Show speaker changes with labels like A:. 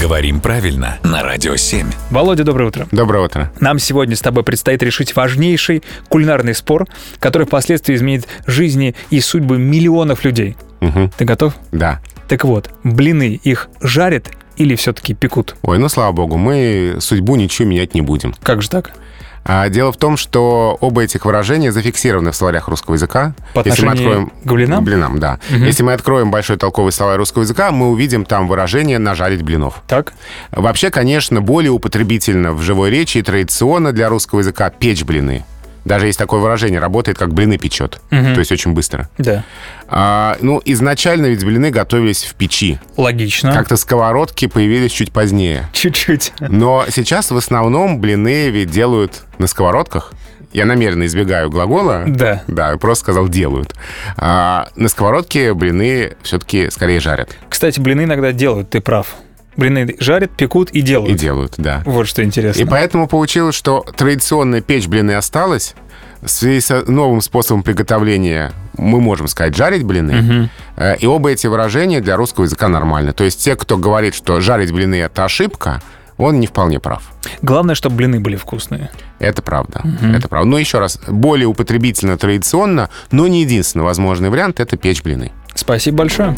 A: Говорим правильно на Радио 7.
B: Володя, доброе утро.
C: Доброе утро.
B: Нам сегодня с тобой предстоит решить важнейший кулинарный спор, который впоследствии изменит жизни и судьбы миллионов людей.
C: Мгм.
B: Ты готов?
C: Да.
B: Так вот, блины их жарят или все-таки пекут?
C: Ой, ну слава богу, мы судьбу ничью менять не будем.
B: Как же так?
C: А дело в том, что оба этих выражения зафиксированы в словарях русского языка.
B: По отношению к блинам?
C: да.
B: Мгм.
C: Если мы откроем большой толковый словарь русского языка, мы увидим там выражение «нажарить блинов».
B: Так?
C: Вообще, конечно, более употребительно в живой речи и традиционно для русского языка «печь блины». Даже есть такое выражение, работает как блины печет.
B: Мгм.
C: То есть очень быстро.
B: Да.
C: А, ну, изначально ведь блины готовились в печи.
B: Логично.
C: Как-то сковородки появились чуть позднее.
B: Чуть-чуть.
C: Но сейчас в основном блины ведь делают на сковородках. Я намеренно избегаю глагола.
B: Да.
C: Да, просто сказал «делают». А на сковородке блины все-таки скорее жарят.
B: Кстати, блины иногда делают, ты прав. Блины жарят, пекут и делают.
C: И делают, да.
B: Вот что интересно.
C: И поэтому получилось, что традиционная печь блины осталась. В связи с новым способом приготовления мы можем сказать «жарить блины». Э, И оба эти выражения для русского языка нормальны. То есть те, кто говорит, что «жарить блины» — это ошибка, он не вполне прав.
B: Главное, чтобы блины были вкусные.
C: Это правда. Это правда. Но еще раз, более употребительно традиционно, но не единственный возможный вариант это печь блины.
B: Спасибо большое.